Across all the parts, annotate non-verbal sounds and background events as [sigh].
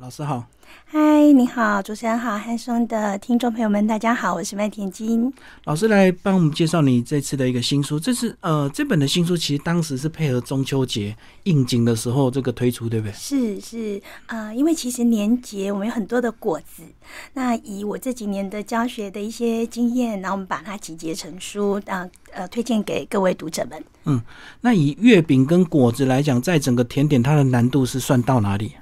老师好，嗨，你好，主持人好，汉松的听众朋友们，大家好，我是麦田金。老师来帮我们介绍你这次的一个新书。这是呃，这本的新书其实当时是配合中秋节应景的时候这个推出，对不对？是是，呃，因为其实年节我们有很多的果子，那以我这几年的教学的一些经验，然后我们把它集结成书，啊呃推荐给各位读者们。那以月饼跟果子来讲，在整个甜点它的难度是算到哪里？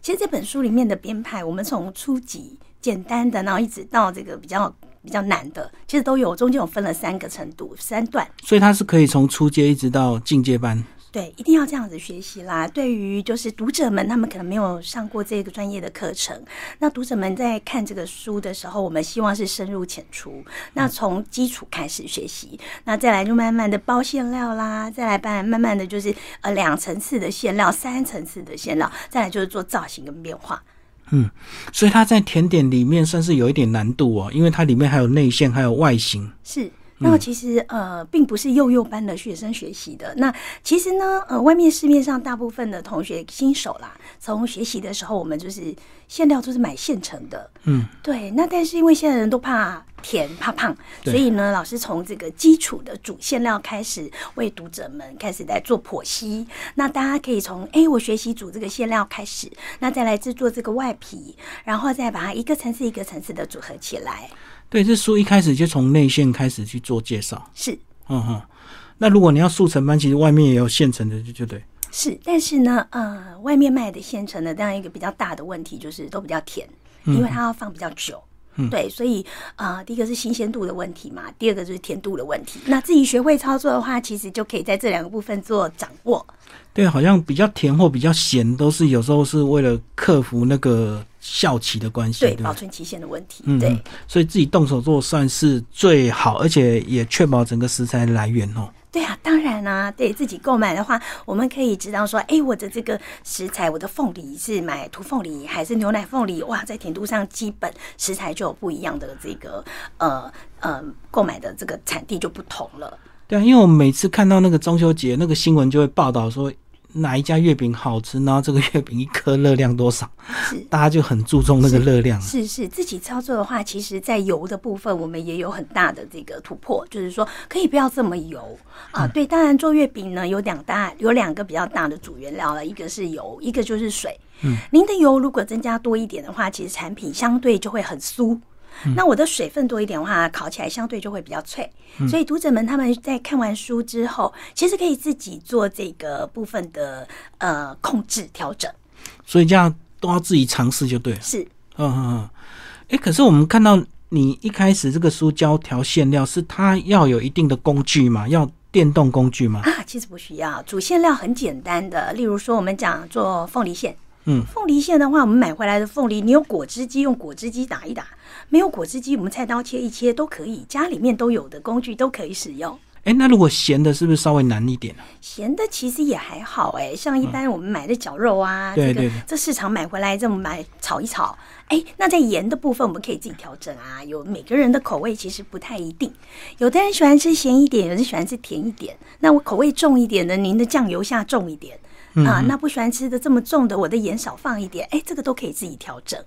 其实这本书里面的编排，我们从初级简单的，然后一直到这个比较比较难的，其实都有，中间有分了三个程度，三段。所以它是可以从初阶一直到进阶班。对，一定要这样子学习啦。对于就是读者们，他们可能没有上过这个专业的课程，那读者们在看这个书的时候，我们希望是深入浅出，那从基础开始学习，那再来就慢慢的包馅料啦，再来慢慢慢的就是呃两层次的馅料，三层次的馅料，再来就是做造型跟变化。所以它在甜点里面算是有一点难度哦，因为它里面还有内馅，还有外形。是。嗯那其实呃，并不是幼幼班的学生学习的。那其实呢，呃，外面市面上大部分的同学新手啦，从学习的时候，我们就是馅料就是买现成的。嗯，对。那但是因为现在人都怕甜怕胖，对所以呢，老师从这个基础的主馅料开始，为读者们开始在做剖析。那大家可以从哎，诶我学习煮这个馅料开始，那再来制作这个外皮，然后再把它一个层次一个层次的组合起来。对，这书一开始就从内馅开始去做介绍。是。嗯哼，那如果你要速成班，其实外面也有现成的，就就对。是，但是呢，呃，外面卖的现成的，当然一个比较大的问题就是都比较甜，嗯因为它要放比较久。对，所以呃，第一个是新鲜度的问题嘛，第二个就是甜度的问题。那自己学会操作的话，其实就可以在这两个部分做掌握。对，好像比较甜或比较咸，都是有时候是为了克服那个效期的关系，对，对保吧？存期限的问题。嗯对嗯，所以自己动手做算是最好，而且也确保整个食材来源哦。对啊，当然啊，对自己购买的话，我们可以知道说，哎，我的这个食材，我的凤梨是买土凤梨还是牛奶凤梨？哇，在甜度上基本食材就有不一样的这个呃呃购买的这个产地就不同了。对啊，因为我每次看到那个中秋节那个新闻，就会报道说哪一家月饼好吃，然后这个月饼一颗热量多少是，大家就很注重那个热量。是是，自己操作的话，其实在油的部分，我们也有很大的这个突破，就是说可以不要这么油啊。对，当然做月饼呢，有两大有两个比较大的主原料了，一个是油，一个就是水。嗯，您的油如果增加多一点的话，其实产品相对就会很酥。那我的水分多一点的话，烤起来相对就会比较脆。所以读者们他们在看完书之后，其实可以自己做这个部分的呃控制调整。所以这样都要自己尝试就对了。是嗯嗯嗯。哎、可是我们看到你一开始这个书教调馅料，是它要有一定的工具嘛？要电动工具嘛？啊，其实不需要，主馅料很简单的，例如说我们讲做凤梨馅。嗯凤梨馅的话，我们买回来的凤梨，你有果汁机用果汁机打一打，没有果汁机我们菜刀切一切都可以，家里面都有的工具都可以使用。哎、那如果咸的，是不是稍微难一点、啊、咸的其实也还好哎、像一般我们买的绞肉嗯啊，对这对个对这市场买回来这么买炒一炒，哎，那在盐的部分我们可以自己调整啊，有每个人的口味其实不太一定，有的人喜欢吃咸一点，有人喜欢吃甜一点，那我口味重一点的，您的酱油下重一点。嗯啊，那不喜欢吃的这么重的，我的盐少放一点，哎，这个都可以自己调整。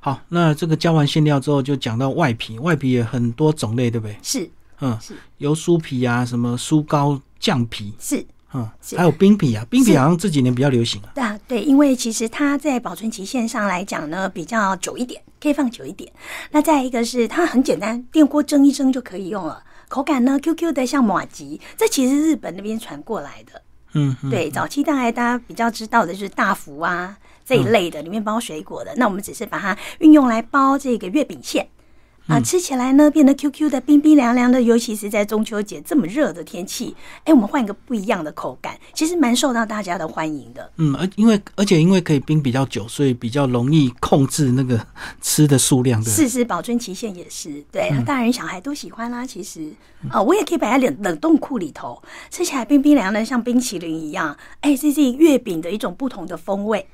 好，那这个教完馅料之后，就讲到外皮，外皮也很多种类，对不对？是嗯是，油酥皮啊，什么酥糕、酱皮，是，嗯，是还有冰皮啊，冰皮是好像这几年比较流行啊。对啊，对，因为其实它在保存期限上来讲呢，比较久一点，可以放久一点。那再一个是它很简单，电锅蒸一蒸就可以用了，口感呢 QQ 的像马吉，这其实日本那边传过来的。嗯，嗯对，早期大概大家比较知道的就是大福啊这嗯一类的，里面包水果的。那我们只是把它运用来包这个月饼馅。啊，嗯吃起来呢变得 QQ 的、冰冰凉凉的，尤其是在中秋节这么热的天气，哎，我们换一个不一样的口感，其实蛮受到大家的欢迎的。嗯，而因为而且因为可以冰比较久，所以比较容易控制那个 [laughs] 吃的数量，对不对。是是，保存期限也是，对，大人小孩都喜欢啦。其实，啊、我也可以摆在冷冷冻库里头，吃起来冰冰凉凉，像冰淇淋一样。哎，这是月饼的一种不同的风味。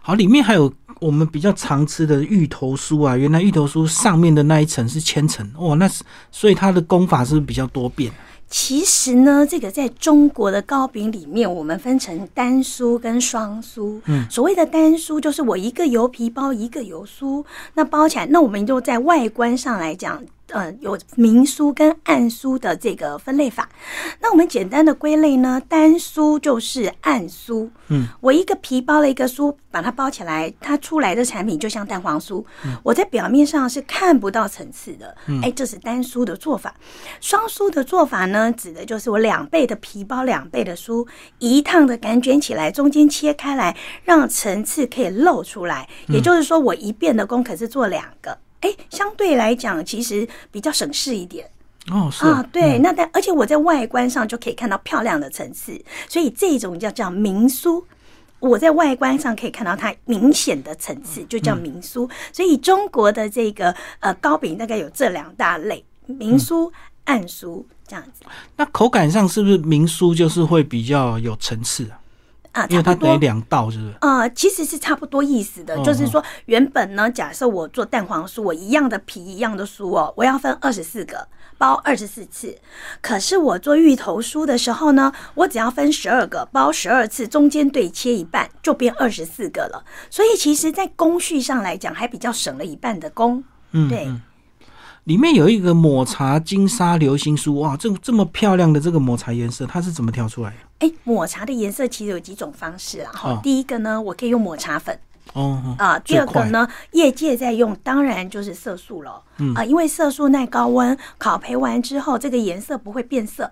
好，里面还有我们比较常吃的芋头酥啊，原哦来芋头酥上面的那一层是千层，哇，那是所以它的功法是不是比较多变？其实呢，这个在中国的糕饼里面，我们分成单酥跟双酥。嗯，所谓的单酥就是我一个油皮包一个油酥，那包起来，那我们就在外观上来讲。呃，有明酥跟暗酥的这个分类法。那我们简单的归类呢，单酥就是暗酥。嗯，我一个皮包了一个酥，把它包起来，它出来的产品就像蛋黄酥。我在表面上是看不到层次的。哎、这是单酥的做法。双酥的做法呢，指的就是我两倍的皮包，两倍的酥，一趟的擀卷起来，中间切开来，让层次可以露出来。也就是说，我一遍的工可是做两个。哎，相对来讲，其实比较省事一点哦，是啊。对，那但而且我在外观上就可以看到漂亮的层次，所以这种叫叫明酥。我在外观上可以看到它明显的层嗯次，就叫明酥。所以中国的这个呃糕饼大概有这两大类：嗯明酥、暗酥这样子那口感上是不是明酥就是会比较有层次啊？啊，因差为它不等于多。两道，是不是？呃，其实是差不多意思的，哦就是说，原本呢，假设我做蛋黄酥，我一样的皮，一样的酥哦，我要分二十四个包二十四次。可是我做芋头酥的时候呢，我只要分十二个包十二次，中间对切一半，就变二十四个了。所以其实，在工序上来讲，还比较省了一半的工。嗯对，里面有一个抹茶金沙流星酥，哇，这这么漂亮的这个抹茶颜色，它是怎么调出来的？哎，抹茶的颜色其实有几种方式啦。啊哈、哦第一个呢，我可以用抹茶粉。哦，啊、第二最个快呢，业界在用，当然就是色素了。嗯啊、因为色素耐高温，烤焙完之后，这个颜色不会变色。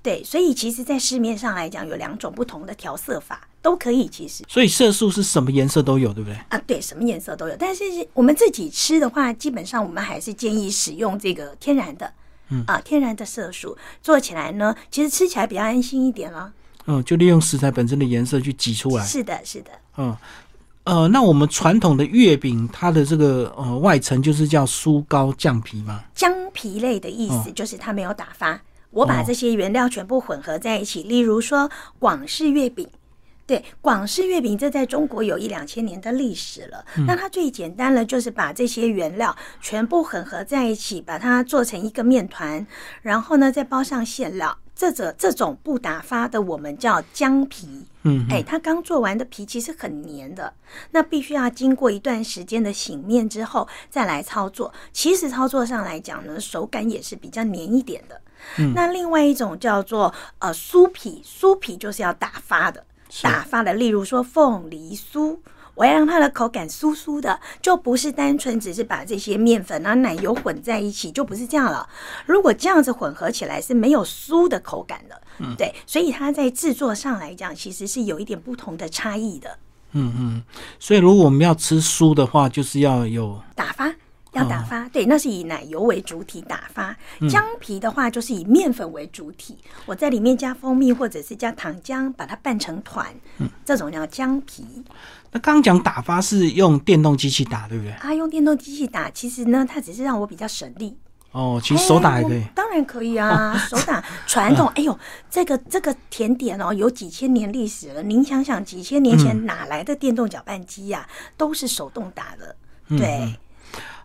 对，所以其实，在市面上来讲，有两种不同的调色法，都可以。其实所以色素是什么颜色都有，对不对？啊，对，什么颜色都有。但是我们自己吃的话，基本上我们还是建议使用这个天然的，嗯啊、天然的色素，做起来呢，其实吃起来比较安心一点了。嗯，就利用食材本身的颜色去挤出来。是的，是的。嗯，呃，那我们传统的月饼，它的这个呃外层就是叫酥糕酱皮嘛。姜皮类的意思就是它没有打发，我把这些原料全部混合在一起。例如说广式月饼，对，广式月饼这在中国有一两千年的历史了。那它最简单的就是把这些原料全部混合在一起，把它做成一个面团，然后呢再包上馅料。这种这种不打发的，我们叫姜皮。嗯，哎，它刚做完的皮其实很黏的，那必须要经过一段时间的醒面之后再来操作。其实操作上来讲呢，手感也是比较黏一点的。那另外一种叫做呃酥皮，酥皮就是要打发的，打发的，例如说凤梨酥。我要让它的口感酥酥的，就不是单纯只是把这些面粉啊奶油混在一起，就不是这样了。如果这样子混合起来是没有酥的口感的，对，所以它在制作上来讲其实是有一点不同的差异的。所以如果我们要吃酥的话，就是要有打发。要哦打发，对，那是以奶油为主体打发。嗯姜皮的话，就是以面粉为主体，我在里面加蜂蜜或者是加糖浆，把它拌成团，嗯这种叫姜皮。那刚刚讲打发是用电动机器打，对不对？啊，用电动机器打，其实呢，它只是让我比较省力。哦，其实手打哎也可我以。哦嗯当然可以啊，手打传统。哎呦，这个这个甜点哦，有几千年历史了。您想想，几千年嗯前哪来的电动搅拌机呀、都是手动打的。嗯对，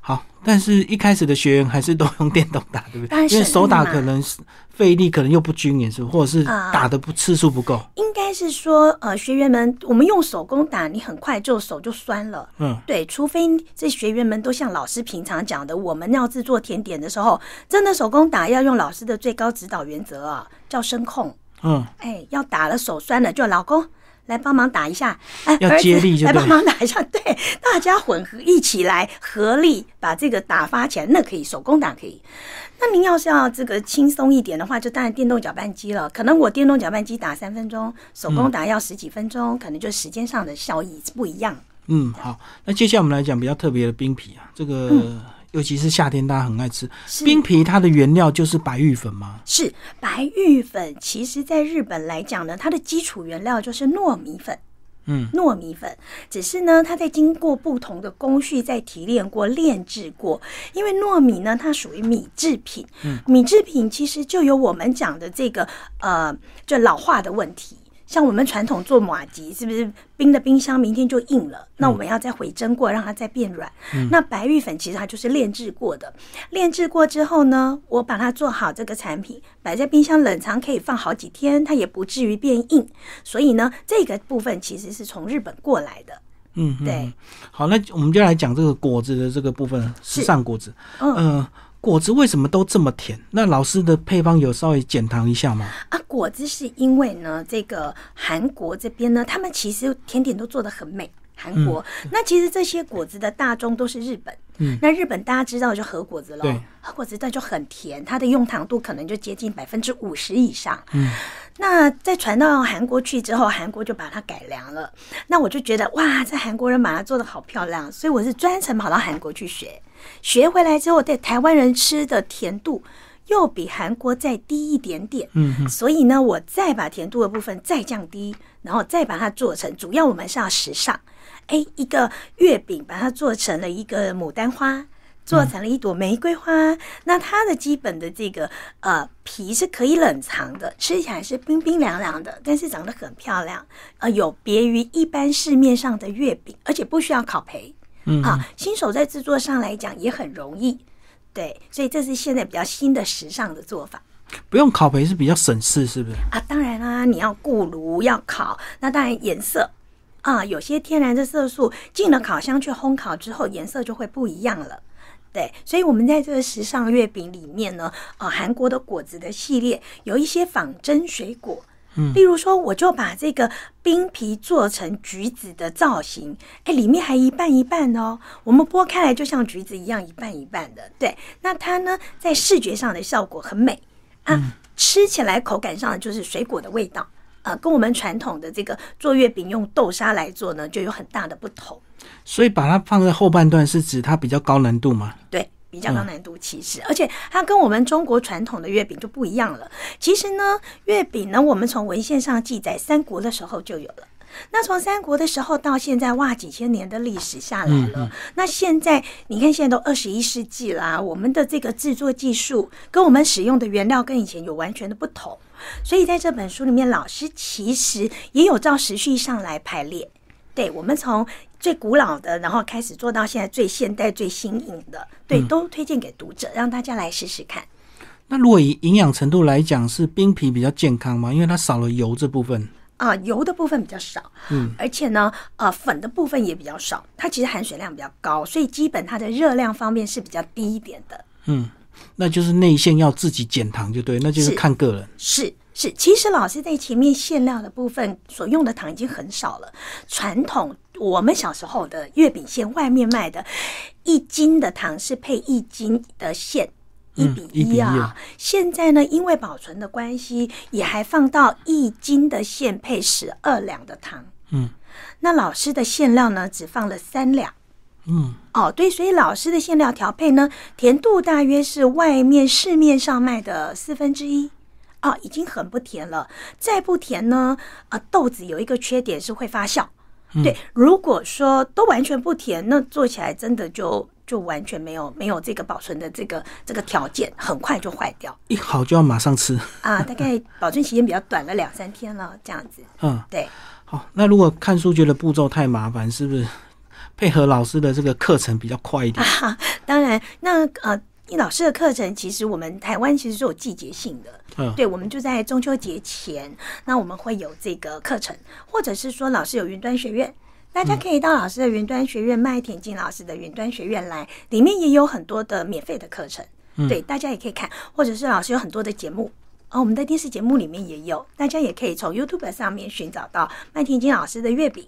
好，但是一开始的学员还是都用电动打，对不当对？然因为省力手打嘛可能是费力，可能又不均匀，是不是或者是啊打的不次数不够。应该是说，呃，学员们，我们用手工打，你很快就手就酸了。嗯，对，除非这学员们都像老师平常讲的，我们要制作甜点的时候，真的手工打要用老师的最高指导原则啊，叫声控。嗯，哎，要打了手酸了，就老公来帮忙打一下，哎，要儿子接力就来对帮忙打一下， [laughs] 对，大家混合一起来合力把这个打发起来，那可以手工打可以。那您要是要这个轻松一点的话，就当然电动搅拌机了。可能我电动搅拌机打三分钟，手嗯工打要十几分钟，可能就时间上的效益是不一样。嗯，好，那接下来我们来讲比较特别的冰皮啊，这个、尤其是夏天大家很爱吃嗯是冰皮，它的原料就是白玉粉嘛。是白玉粉，其实在日本来讲呢，它的基础原料就是糯米粉。嗯，糯米粉，只是呢，它在经过不同的工序再提炼过、炼制过。因为糯米呢，它属于米制品，米制品其实就有我们讲的这个呃，就老化的问题。像我们传统做马吉，是不是冰的冰箱明天就硬了？那我们要再回蒸过，让它再变软。那白玉粉其实它就是炼制过的，炼制过之后呢，我把它做好这个产品，摆在冰箱冷藏，可以放好几天，它也不至于变硬。所以呢，这个部分其实是从日本过来的。嗯，嗯对，好，那我们就来讲这个果子的这个部分，时尚果子。嗯呃，果子为什么都这么甜？那老师的配方有稍微减糖一下吗？啊，果子是因为呢，这个韩国这边呢，他们其实甜点都做得很美。韩国、那其实这些果子的大宗都是日本，嗯那日本大家知道就和果子对喽，和果子那就很甜，它的用糖度可能就接近百分之五十以上。嗯，那在传到韩国去之后，韩国就把它改良了。那我就觉得哇，这韩国人把它做的好漂亮，所以我是专程跑到韩国去学。学回来之后，对台湾人吃的甜度又比韩国再低一点点。嗯哼，所以呢，我再把甜度的部分再降低，然后再把它做成，主要我们是要时尚。哎，一个月饼把它做成了一个牡丹花，做成了一朵玫瑰花。那它的基本的这个呃皮是可以冷藏的，吃起来是冰冰凉凉的，但是长得很漂亮，呃，有别于一般市面上的月饼，而且不需要烤焙。嗯啊，新手在制作上来讲也很容易，对，所以这是现在比较新的时尚的做法。不用烤焙是比较省事，是不是？啊，当然啦、你要顾炉要烤，那当然颜色啊，有些天然的色素进了烤箱去烘烤之后，颜色就会不一样了。对，所以我们在这个时尚月饼里面呢，呃，韩国的果子的系列有一些仿真水果。例如说，我就把这个冰皮做成橘子的造型，哎，里面还一半一半哦。我们剥开来就像橘子一样一半一半的，对。那它呢，在视觉上的效果很美啊，吃起来口感上就是水果的味道，呃，跟我们传统的这个做月饼用豆沙来做呢，就有很大的不同。所以把它放在后半段是指它比较高难度嘛？对，比较高难度其实，而且它跟我们中国传统的月饼就不一样了。其实呢，月饼呢，我们从文献上记载，三国的时候就有了。那从三国的时候到现在，哇，几千年的历史下来了。那现在你看，现在都二十一世纪啦，我们的这个制作技术跟我们使用的原料跟以前有完全的不同。所以在这本书里面，老师其实也有照时序上来排列。对，我们从最古老的，然后开始做到现在最现代、最新颖的，对，都推荐给读者，让大家来试试看。那如果以营养程度来讲，是冰皮比较健康嘛？因为它少了油这部分。啊，油的部分比较少，嗯，而且呢，呃，粉的部分也比较少，它其实含水量比较高，所以基本它的热量方面是比较低一点的。嗯，那就是内馅要自己减糖就对，那就是是看个人。是是，其实老师在前面馅料的部分所用的糖已经很少了。传统我们小时候的月饼馅，外面卖的一斤的糖是配一斤的馅。一嗯比一比一一啊啊！现在呢，因为保存的关系，也还放到一斤的馅配十二两的糖。嗯，那老师的馅料呢，只放了三两。嗯，哦，对，所以老师的馅料调配呢，甜度大约是外面市面上卖的四分之一。哦，已经很不甜了，再不甜呢，呃，豆子有一个缺点是会发酵。对，如果说都完全不甜，那做起来真的就就完全没有没有这个保存的这个这个条件，很快就坏掉一好就要马上吃。啊。大概保存期间比较短了，两三天了这样子。嗯，对，好，那如果看书觉得步骤太麻烦，是不是配合老师的这个课程比较快一点？当然，那呃，易老师的课程其实我们台湾其实是有季节性的，嗯对，我们就在中秋节前，那我们会有这个课程，或者是说老师有云端学院。大家可以到老师的云端学院麦田静老师的云端学院来，里面也有很多的免费的课程，对，大家也可以看，或者是老师有很多的节目，哦，我们的电视节目里面也有，大家也可以从 YouTube 上面寻找到麦田静老师的月饼。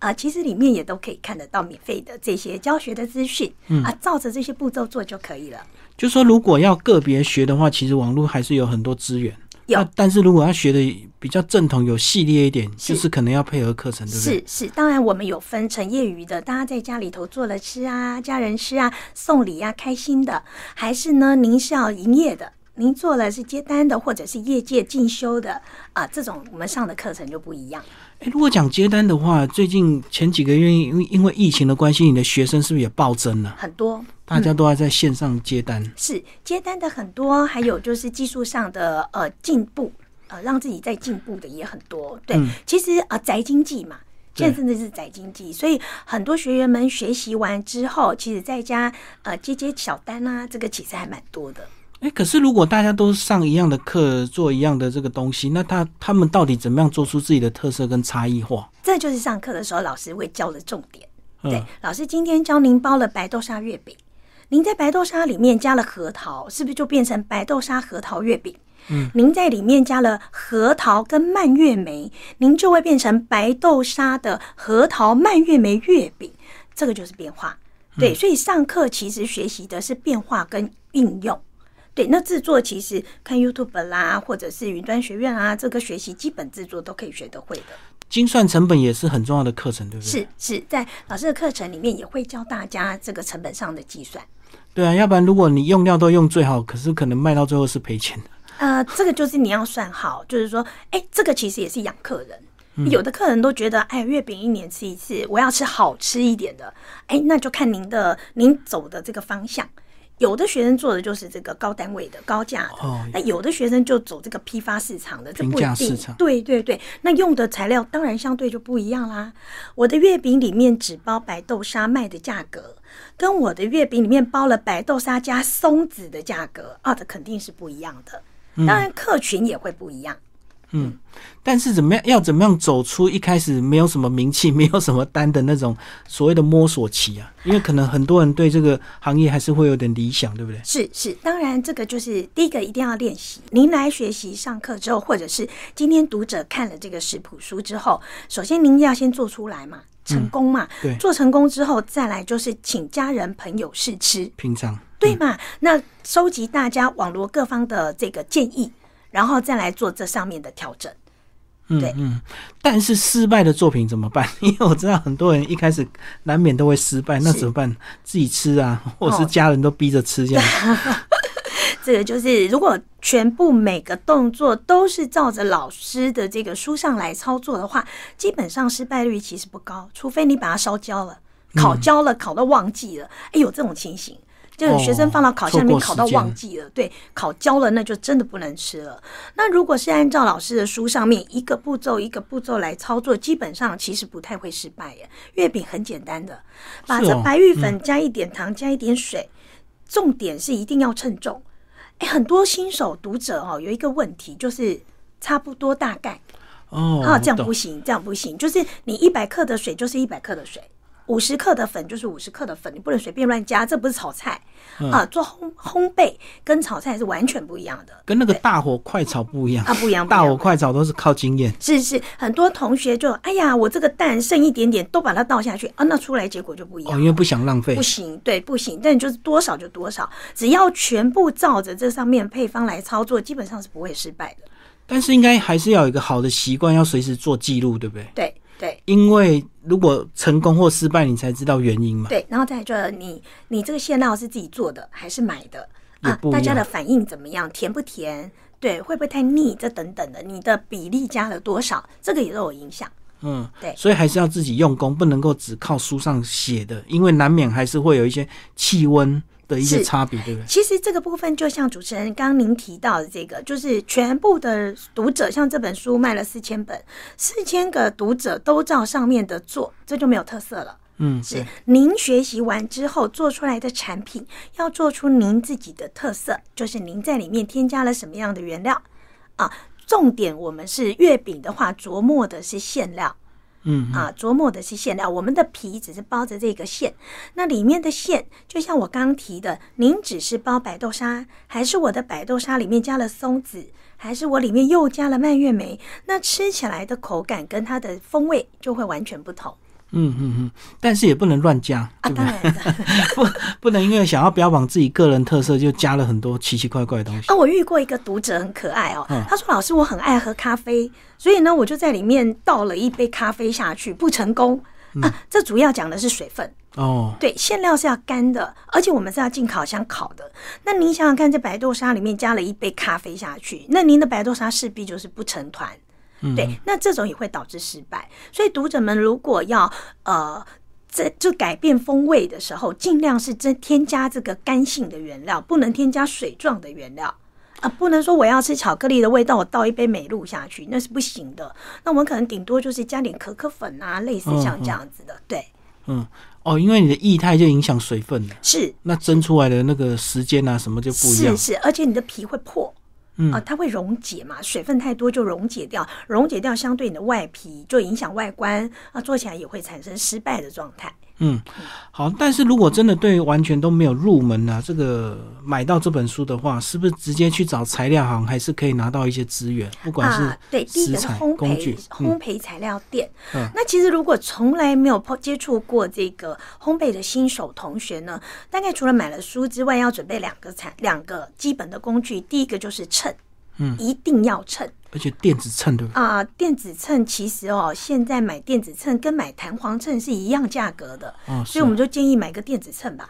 啊、其实里面也都可以看得到免费的这些教学的资讯，啊，照着这些步骤做就可以了。就说如果要个别学的话，其实网络还是有很多资源。有那但是如果要学的比较正统、有系列一点，是就是可能要配合课程，对不对？是是，当然我们有分成业余的，大家在家里头做了吃啊，家人吃啊，送礼啊，开心的，还是呢您是要营业的，您做了是接单的，或者是业界进修的啊，这种我们上的课程就不一样。哎，如果讲接单的话，最近前几个月因为因为疫情的关系，你的学生是不是也暴增了、很多大家都要在线上接单。是接单的很多，还有就是技术上的呃进步。呃让自己在进步的也很多。对，其实啊、呃宅经济嘛。现在真的是宅经济，所以很多学员们学习完之后，其实在家呃接接小单啊，这个其实还蛮多的。哎，可是如果大家都上一样的课，做一样的这个东西，那他他们到底怎么样做出自己的特色跟差异化？这就是上课的时候老师会教的重点。嗯对，老师今天教您包了白豆沙月饼，您在白豆沙里面加了核桃，是不是就变成白豆沙核桃月饼？嗯，您在里面加了核桃跟蔓越莓，您就会变成白豆沙的核桃蔓越莓月饼，这个就是变化。对，所以上课其实学习的是变化跟运用。对，那制作其实看 YouTube 啦，或者是云端学院啊，这个学习基本制作都可以学得会的。精算成本也是很重要的课程，对不对？是是在老师的课程里面也会教大家这个成本上的计算。对啊，要不然如果你用料都用最好，可是可能卖到最后是赔钱的。呃，这个就是你要算好，就是说，哎、这个其实也是养客人。有的客人都觉得，哎，月饼一年吃一次，我要吃好吃一点的。哎，那就看您的您走的这个方向。有的学生做的就是这个高单位的高价的，哦那有的学生就走这个批发市场的，这不一平价市定场。对对对，那用的材料当然相对就不一样啦。我的月饼里面只包白豆沙卖的价格，跟我的月饼里面包了白豆沙加松子的价格，啊，这肯定是不一样的。嗯当然，客群也会不一样。但是怎么样，要怎么样走出一开始没有什么名气、 [laughs] 没有什么单的那种所谓的摸索期啊？因为可能很多人对这个行业还是会有点理想，对不对？是是，当然这个就是第一个一定要练习。您来学习上课之后，或者是今天读者看了这个食谱书之后，首先您要先做出来嘛，成功嘛。嗯对做成功之后，再来就是请家人朋友试吃。平常对嘛？那收集大家网络各方的这个建议，然后再来做这上面的调整。嗯对，但是失败的作品怎么办？ [laughs] 因为我知道很多人一开始难免都会失败，那是怎么办？自己吃啊，或者是哦家人都逼着吃这 [laughs] 样。这个就是如果全部每个动作都是照着老师的这个书上来操作的话，基本上失败率其实不高，除非你把它烧焦了、嗯烤焦了、烤到忘记了，哎，有这种情形。就有学生放到烤箱哦里面错烤过到时间忘记了，对，烤焦了那就真的不能吃了。那如果是按照老师的书上面一个步骤一个步骤来操作，基本上其实不太会失败耶。月饼很简单的，把是这哦白玉粉加一点糖，加一点水，重点是一定要称重。哎，很多新手读者哦，有一个问题就是差不多大概哦，啊，这我样懂不行，这样不行，就是你一百克的水就是一百克的水。五十克的粉就是五十克的粉，你不能随便乱加，这不是炒菜、嗯啊！做烘烘焙跟炒菜是完全不一样的。跟那个大火快炒不一样 [laughs] 啊不一样不一大样火快炒都是靠经验。是是，很多同学就哎呀，我这个蛋剩一点点，都把它倒下去啊，那出来结果就不一哦，样。因为不想浪费不。行，对，不行。但就是多少就多少，只要全部照着这上面配方来操作，基本上是不会失败的。但是应该还是要有一个好的习惯，要随时做记录，对不对？对对因为如果成功或失败，你才知道原因嘛。对，然后再来就是你你这个馅料是自己做的还是买的也啊？不一大家样的反应怎么样？甜不甜？对，会不会太腻？这等等的，你的比例加了多少，这个也都有影响。嗯，对所以还是要自己用功，不能够只靠书上写的，因为难免还是会有一些气温的一些是差别，对不对？其实这个部分就像主持人刚刚您提到的这个，就是全部的读者，像这本书卖了四千本，四千个读者都照上面的做，这就没有特色了。嗯，是对。您学习完之后做出来的产品，要做出您自己的特色，就是您在里面添加了什么样的原料啊？重点我们是月饼的话，琢磨的是馅料。嗯啊，琢磨的是馅料，我们的皮只是包着这个馅，那里面的馅，就像我刚刚提的，您只是包白豆沙，还是我的白豆沙里面加了松子，还是我里面又加了蔓越莓，那吃起来的口感跟它的风味就会完全不同嗯嗯嗯，但是也不能乱 [laughs] 加，啊。对不当对？然的不能因为想要标榜自己个人特色，就加了很多奇奇怪怪的东西。嗯啊，我遇过一个读者很可爱哦，他说老师我很爱喝咖啡，所以呢我就在里面倒了一杯咖啡下去，不成功嗯啊。这主要讲的是水分。哦，对，馅料是要干的，而且我们是要进烤箱烤的。那您想想看，这白豆沙里面加了一杯咖啡下去，那您的白豆沙势必就是不成团。对，那这种也会导致失败。所以读者们如果要呃。这就改变风味的时候，尽量是增添加这个干性的原料，不能添加水状的原料。啊，不能说我要吃巧克力的味道，我倒一杯美露下去，那是不行的。那我们可能顶多就是加点可可粉啊，类似像这样子的。对，嗯，哦，因为你的液态就影响水分了，是那蒸出来的那个时间啊什么就不一样是。是，而且你的皮会破。嗯啊，它会溶解嘛，水分太多就溶解掉，溶解掉相对你的外皮就影响外观，啊，做起来也会产生失败的状态。嗯，好，但是如果真的对完全都没有入门啊，这个买到这本书的话，是不是直接去找材料行还是可以拿到一些资源？不管是、啊、对，第一个食是材烘工具焙烘焙材料店。嗯那其实如果从来没有碰接触过这个烘焙的新手同学呢，大概除了买了书之外，要准备两个产两个基本的工具，第一个就是秤。嗯一定要秤而且电子秤对不对？啊、电子秤其实哦，现在买电子秤跟买弹簧秤是一样价格的，哦，所是以我啊们就建议买个电子秤吧，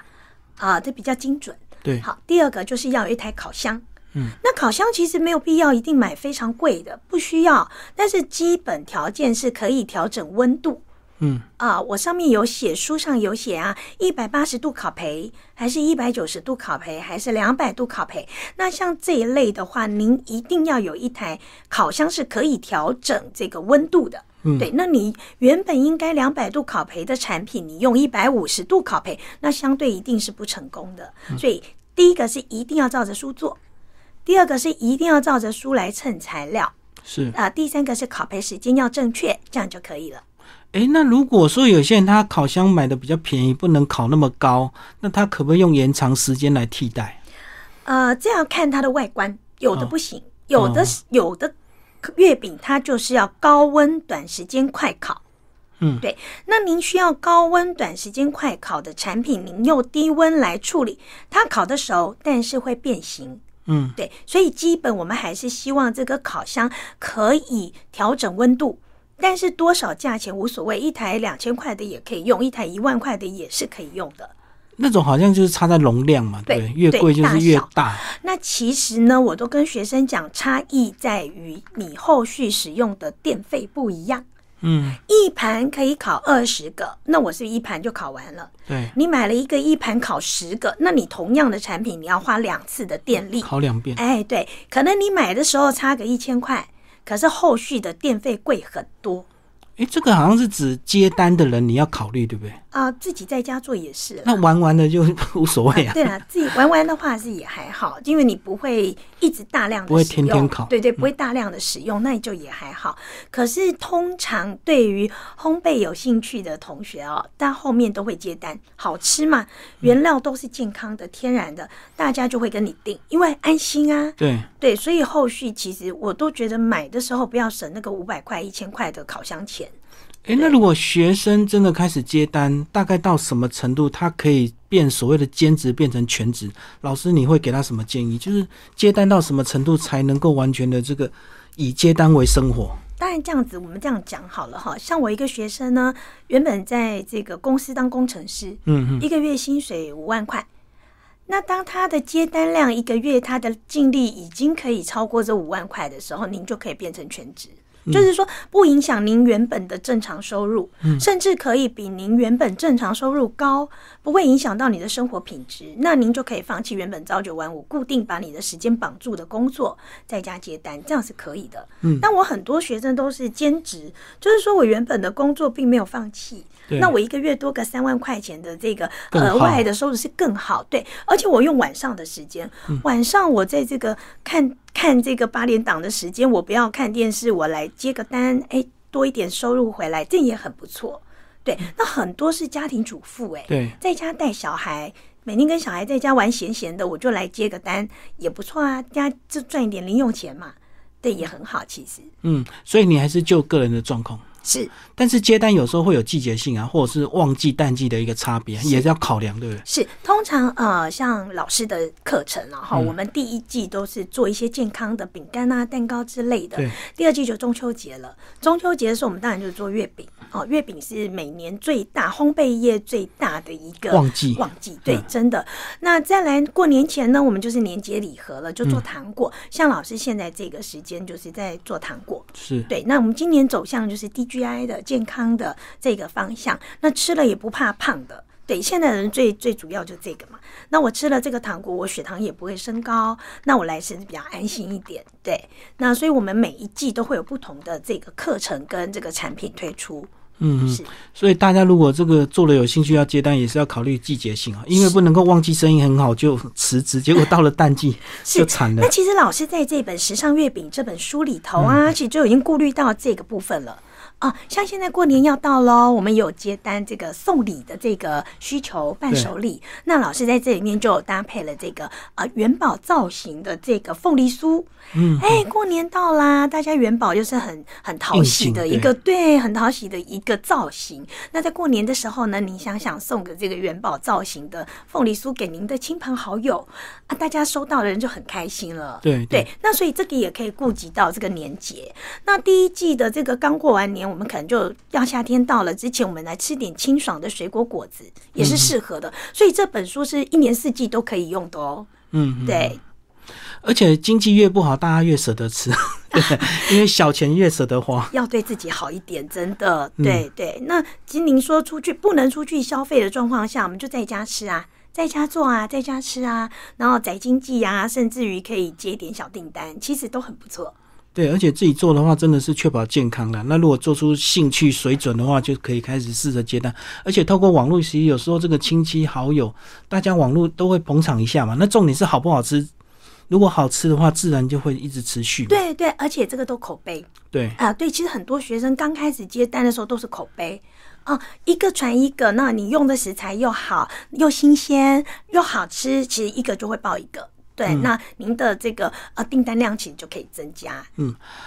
啊、这比较精准。对，好，第二个就是要有一台烤箱。嗯，那烤箱其实没有必要一定买非常贵的，不需要。但是基本条件是可以调整温度嗯，啊。我上面有写，书上有写啊，一百八十度烤焙，还是一百九十度烤焙，还是两百度烤焙？那像这一类的话，您一定要有一台烤箱是可以调整这个温度的。嗯对，那你原本应该两百度烤焙的产品，你用一百五十度烤焙，那相对一定是不成功的。所以第一个是一定要照着书做，第二个是一定要照着书来称材料，是。啊、第三个是烤焙时间要正确，这样就可以了。诶，那如果说有些人他烤箱买的比较便宜，不能烤那么高，那他可不可以用延长时间来替代？呃，这要看它的外观，有的哦不行，有的、哦有的月饼它就是要高温短时间快烤。嗯对。那您需要高温短时间快烤的产品，您用低温来处理，它烤的熟，但是会变形。嗯，对，所以基本我们还是希望这个烤箱可以调整温度，但是多少价钱无所谓，一台两千块的也可以用，一台一万块的也是可以用的。那种好像就是差在容量嘛，对不对，对越对贵就是越大小大。那其实呢，我都跟学生讲，差异在于你后续使用的电费不一样。嗯，一盘可以烤二十个，那我是一盘就烤完了。对，你买了一个一盘烤十个，那你同样的产品，你要花两次的电力。烤两遍。哎，对，可能你买的时候差个一千块，可是后续的电费贵很多诶，这个好像是指接单的人你要考虑，对不对？啊、自己在家做也是啦。那玩完了就 [laughs] 无所谓啊。 [laughs] 对啦，自己玩玩的话是也还好，因为你不会一直大量的不会天嗯天烤对对，不会大量的使用，那你就也还好。可是通常对于烘焙有兴趣的同学哦，但后面都会接单，好吃嘛，嗯原料都是健康的、天然的，大家就会跟你订，因为安心啊。对，对，所以后续其实我都觉得买的时候不要省那个五百块、一千块的烤箱钱。诶，那如果学生真的开始接单，大概到什么程度，他可以变所谓的兼职变成全职？老师，你会给他什么建议？就是接单到什么程度才能够完全的这个以接单为生活？当然，这样子我们这样讲好了哈。像我一个学生呢，原本在这个公司当工程师，嗯嗯，一个月薪水五万块。那当他的接单量一个月他的净利已经可以超过这五万块的时候，您就可以变成全职，嗯就是说不影响您原本的正常收入，嗯甚至可以比您原本正常收入高，不会影响到你的生活品质。那您就可以放弃原本朝九晚五固定把你的时间绑住的工作，在家接单，这样是可以的。嗯但我很多学生都是兼职，就是说我原本的工作并没有放弃，对那我一个月多个三万块钱的这个呃更好额外的收入是更好，对，而且我用晚上的时间，晚上我在这个看看这个八点档的时间，我不要看电视，我来接个单，哎，多一点收入回来，这也很不错。对，那很多是家庭主妇、哎，对，在家带小孩，每天跟小孩在家玩闲闲的，我就来接个单也不错啊，家就赚一点零用钱嘛，对，也很好，其实嗯，所以你还是就个人的状况。是但是接单有时候会有季节性啊，或者是旺季淡季的一个差别，也是要考量，对不对？是，通常呃，像老师的课程啊，然嗯后、我们第一季都是做一些健康的饼干啊、蛋糕之类的对。第二季就中秋节了，中秋节的时候我们当然就做月饼哦，月饼是每年最大烘焙业最大的一个呃旺季旺季对嗯，真的。那再来过年前呢，我们就是年节礼盒了，就嗯做糖果。像老师现在这个时间就是在做糖果，是，对，那我们今年走向就是 DGI 的健康的这个方向，那吃了也不怕胖的。对，现在人最最主要就这个嘛。那我吃了这个糖果，我血糖也不会升高，那我来是比较安心一点。对，那所以我们每一季都会有不同的这个课程跟这个产品推出。嗯嗯是，所以大家如果这个做了有兴趣要接单，也是要考虑季节性啊，因为不能够旺季生意很好就辞职，结果到了淡 [laughs] 季是就惨了那。其实老师在这本《时尚月饼》这本书里头嗯啊，其实就已经顾虑到这个部分了。啊，像现在过年要到喽，我们有接单这个送礼的这个需求，伴手礼。那老师在这里面就有搭配了这个呃元宝造型的这个凤梨酥。嗯，哎，过年到啦，大家元宝就是很很讨喜的应景一个对，很讨喜的一个造型。那在过年的时候呢，您想想送给这个元宝造型的凤梨酥给您的亲朋好友啊，大家收到的人就很开心了。对对，那所以这个也可以顾及到这个年节。那第一季的这个刚过完年，我们可能就要夏天到了之前，我们来吃点清爽的水果果子也是嗯适合的。所以这本书是一年四季都可以用的哦。嗯，对，而且经济越不好，大家越舍得吃，对， [laughs] 因为小钱越舍得花。要对自己好一点，真的。对对，那其实您说出去不能出去消费的状况下，我们就在家吃啊。在家做啊，在家吃啊，然后宅经济啊，甚至于可以接一点小订单，其实都很不错。对，而且自己做的话，真的是确保健康啦。那如果做出兴趣水准的话，就可以开始试着接单。而且透过网络，其实有时候这个亲戚好友，大家网络都会捧场一下嘛。那重点是好不好吃，如果好吃的话，自然就会一直持续嘛。对对，而且这个都口碑，对啊，对，其实很多学生刚开始接单的时候都是口碑。啊，一个传一个，那你用的食材又好，又新鲜，又好吃，其实一个就会爆一个。对，那您的这个呃订单量其实就可以增加。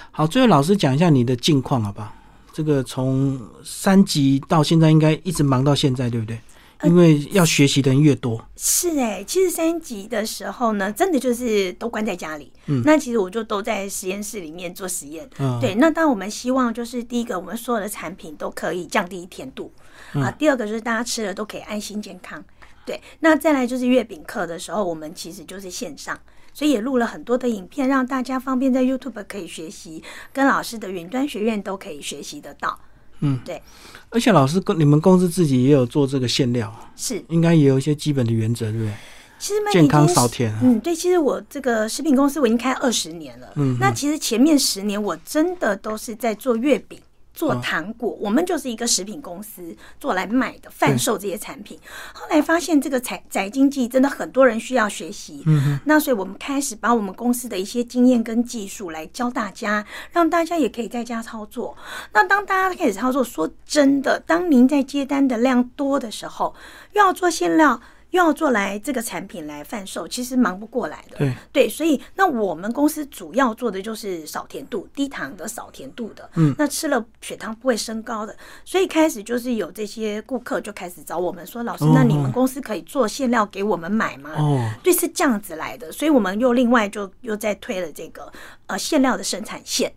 好，最后老师讲一下你的近况好不好？这个从三级到现在，应该一直忙到现在，对不对？呃因为要学习的人越多，是哎、其实三级的时候呢，真的就是都关在家里。嗯，那其实我就都在实验室里面做实验。嗯对，那当然我们希望就是第一个，我们所有的产品都可以降低甜度、啊；第二个就是大家吃了都可以安心健康。对，那再来就是月饼课的时候，我们其实就是线上。所以也录了很多的影片，让大家方便在 YouTube 可以学习，跟老师的云端学院都可以学习得到。嗯，对，而且老师跟你们公司自己也有做这个馅料，是。应该也有一些基本的原则，对不对？其实麦健已康经少是甜啊嗯，对，其实我这个食品公司我已经开二十年了。嗯，那其实前面十年我真的都是在做月饼。做哦糖果，我们就是一个食品公司做来卖的，贩售这些产品。后来发现这个宅宅经济真的很多人需要学习，嗯、那所以我们开始把我们公司的一些经验跟技术来教大家，让大家也可以在家操作。那当大家开始操作，说真的，当您在接单的量多的时候，又要做馅料，又要做来这个产品来贩售，其实忙不过来的。对对，所以那我们公司主要做的就是少甜度、低糖的、少甜度的，嗯，那吃了血糖不会升高的。所以开始就是有这些顾客就开始找我们说，老师，那你们公司可以做馅料给我们买吗？哦，对，是这样子来的，所以我们又另外就又再推了这个呃馅料的生产线。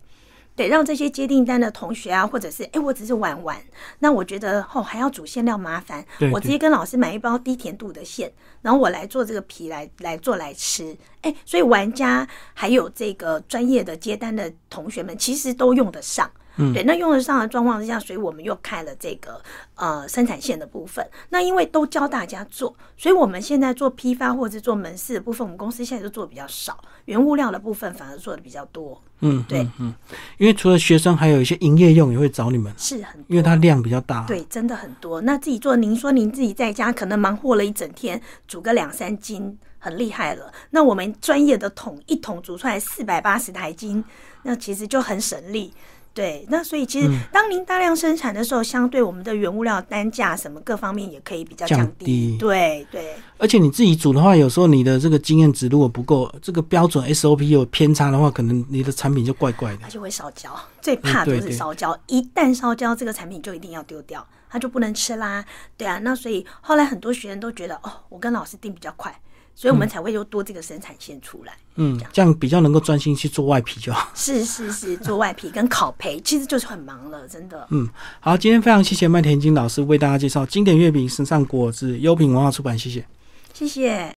对，让这些接订单的同学啊，或者是哎、诶我只是玩玩，那我觉得哦还要煮馅料麻烦，对我直接跟老师买一包低甜度的馅，然后我来做这个皮来来做来吃。哎、所以玩家还有这个专业的接单的同学们，其实都用得上。嗯对，那用得上的状况之下，所以我们又开了这个呃生产线的部分。那因为都教大家做，所以我们现在做批发或者做门市的部分，我们公司现在就做的比较少，原物料的部分反而做的比较多。嗯，对嗯嗯，因为除了学生，还有一些营业用也会找你们，是很因为它量比较大。，对，真的很多。那自己做，您说您自己在家可能忙活了一整天，煮个两三斤，很厉害了。那我们专业的桶一桶煮出来四百八十台斤，那其实就很省力。对，那所以其实嗯当您大量生产的时候，相对我们的原物料单价什么各方面也可以比较降降低。低对对，而且你自己煮的话，有时候你的这个经验值如果不够，这个标准 SOP 有偏差的话，可能你的产品就怪怪的它。就会烧焦，最嗯怕就对是对烧焦。一旦烧焦，这个产品就一定要丢掉，它就不能吃啦。对啊，那所以后来很多学生都觉得，哦，我跟老师订比较快，所以我们才会又多这个生产线出来。嗯，这样比较能够专心去做外皮就好。是是是，做外皮跟烤培其实就是很忙了，真的。嗯，好，今天非常谢谢麦田金老师为大家介绍经典月饼、时尚果子、优品文化出版，谢谢。谢谢。